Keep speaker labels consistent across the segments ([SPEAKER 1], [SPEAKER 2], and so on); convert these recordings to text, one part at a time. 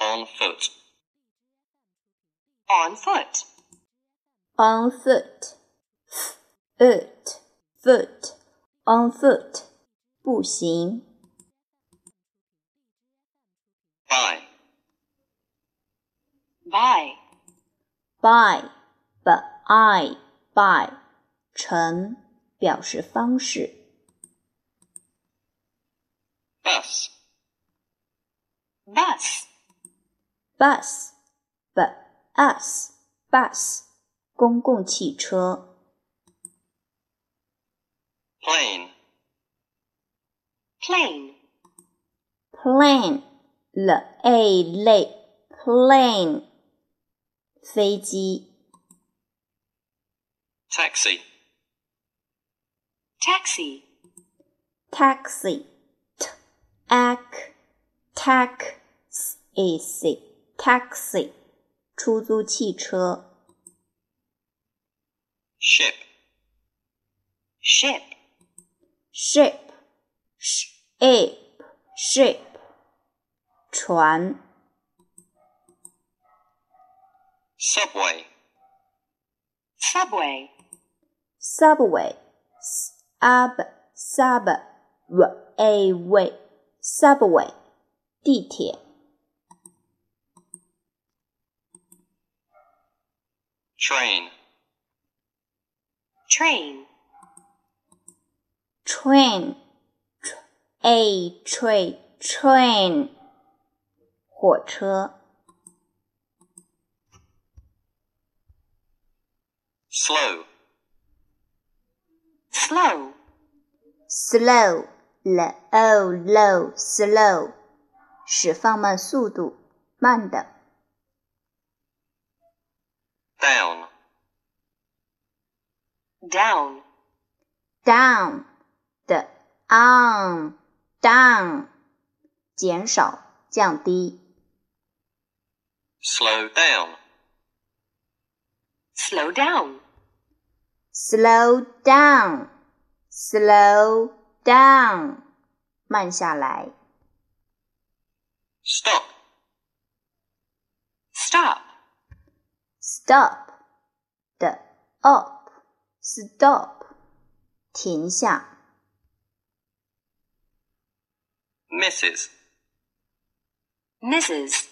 [SPEAKER 1] on foot.
[SPEAKER 2] on foot,
[SPEAKER 3] on foot, foot, foot, on foot，步行。
[SPEAKER 1] By.
[SPEAKER 2] by,
[SPEAKER 3] by, by, by，乘，表示方式。
[SPEAKER 1] Bus.
[SPEAKER 2] bus,
[SPEAKER 3] bus, bus, bus，公共汽车。
[SPEAKER 1] Plane.
[SPEAKER 2] plane,
[SPEAKER 3] plane, l a l plane，飞机。
[SPEAKER 1] Taxi.
[SPEAKER 2] taxi,
[SPEAKER 3] taxi, t a c taxi, taxi，出租汽车。
[SPEAKER 1] Ship.
[SPEAKER 2] ship,
[SPEAKER 3] ship, ship, ship，船。
[SPEAKER 1] Subway.
[SPEAKER 2] subway,
[SPEAKER 3] subway, sub, sub, way, way, subway，地铁。
[SPEAKER 1] Train.
[SPEAKER 2] train,
[SPEAKER 3] train, a train, train，火车。
[SPEAKER 1] Slow.
[SPEAKER 2] slow,
[SPEAKER 3] slow, l o low, slow，使放慢速度，慢的。
[SPEAKER 1] Down.
[SPEAKER 2] down,
[SPEAKER 3] down, the on, down，减少，降低。
[SPEAKER 1] Slow down.
[SPEAKER 2] slow down,
[SPEAKER 3] slow down, slow down，慢下来。
[SPEAKER 1] Stop.
[SPEAKER 2] stop,
[SPEAKER 3] stop, the up, stop，停下。
[SPEAKER 1] Mrs.
[SPEAKER 2] mrs,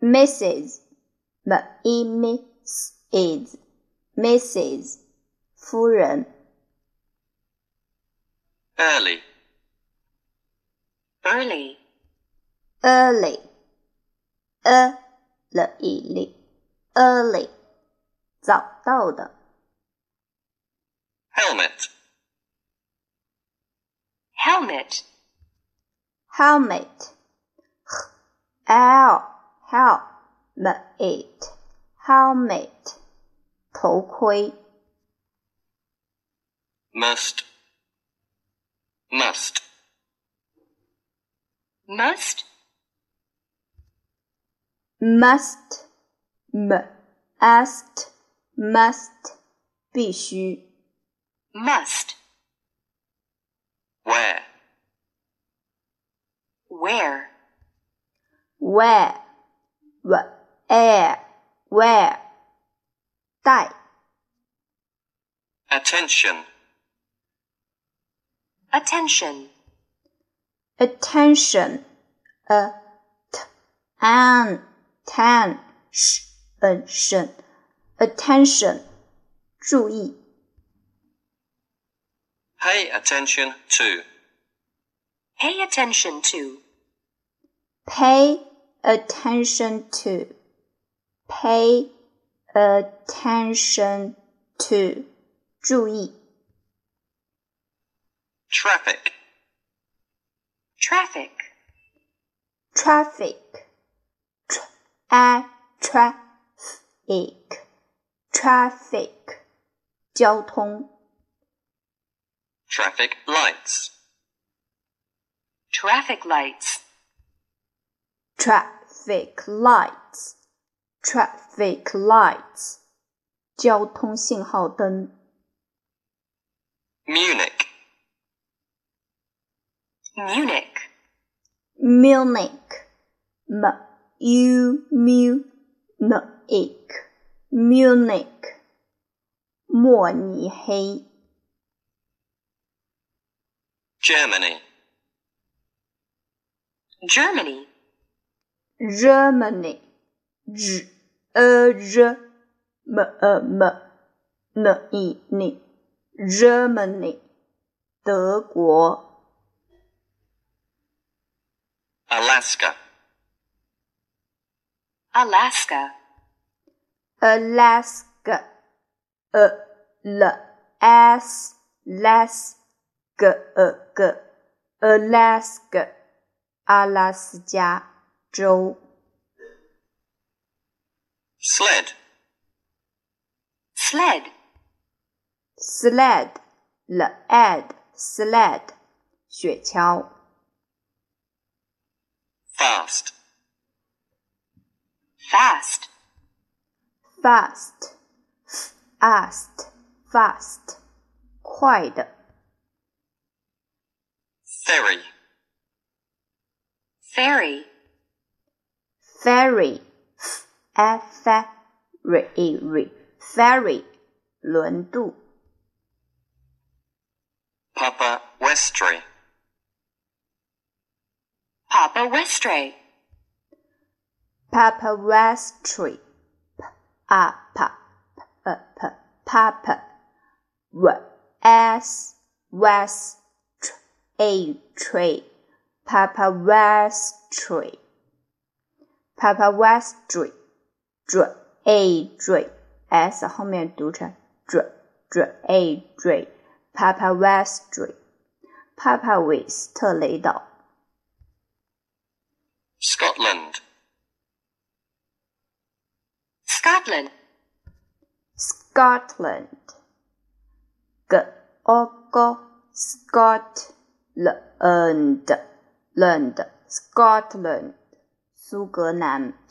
[SPEAKER 3] Mrs. m i m s is Mrs. 夫人。
[SPEAKER 1] Early.
[SPEAKER 2] early,
[SPEAKER 3] early, e l i l early，早到的。
[SPEAKER 1] Helmet.
[SPEAKER 2] helmet,
[SPEAKER 3] helmet, h l helmet, helmet，头盔。
[SPEAKER 1] Must. Must.
[SPEAKER 2] must,
[SPEAKER 3] must, must, must，必须。
[SPEAKER 2] must,
[SPEAKER 1] Where.
[SPEAKER 2] where,
[SPEAKER 3] wear, wear, wear，带。
[SPEAKER 1] Attention.
[SPEAKER 2] attention,
[SPEAKER 3] attention, a t an tan sh en shen attention，注意
[SPEAKER 1] Pay attention to.
[SPEAKER 2] pay attention to,
[SPEAKER 3] pay attention to pay attention to 注意
[SPEAKER 1] Traffic.
[SPEAKER 2] traffic,
[SPEAKER 3] traffic tr a traffic traffic 交通
[SPEAKER 1] Traffic lights.
[SPEAKER 2] traffic lights,
[SPEAKER 3] Traffic lights, traffic lights，交通信号灯。
[SPEAKER 1] Munich.
[SPEAKER 2] Munich,
[SPEAKER 3] Munich, m u mu music Munich 慕尼黑
[SPEAKER 1] Germany,
[SPEAKER 2] Germany,
[SPEAKER 3] Germany G e r m e m n i n Germany 德国
[SPEAKER 1] Alaska,
[SPEAKER 2] Alaska,
[SPEAKER 3] Alaska, 呃 a l s l s g a g 呃 Alaska，阿拉斯加州
[SPEAKER 1] sled,
[SPEAKER 2] sled,
[SPEAKER 3] sled l ed sled 雪橇
[SPEAKER 1] fast,
[SPEAKER 2] fast,
[SPEAKER 3] fast fast fast 快的
[SPEAKER 1] ferry,
[SPEAKER 2] ferry,
[SPEAKER 3] ferry f e r r y ferry 轮渡
[SPEAKER 1] Papa Westry,
[SPEAKER 2] Papa Westray,
[SPEAKER 3] Papawestry, papa, p papa, w s west a tree, papawestry, papawestry, dr a dr s 后面读成 dr dr a dr papawestry, papa 韦斯特雷岛。
[SPEAKER 1] Scotland,
[SPEAKER 2] Scotland,
[SPEAKER 3] Scotland. G O G Scotland, Land Scotland，苏格兰。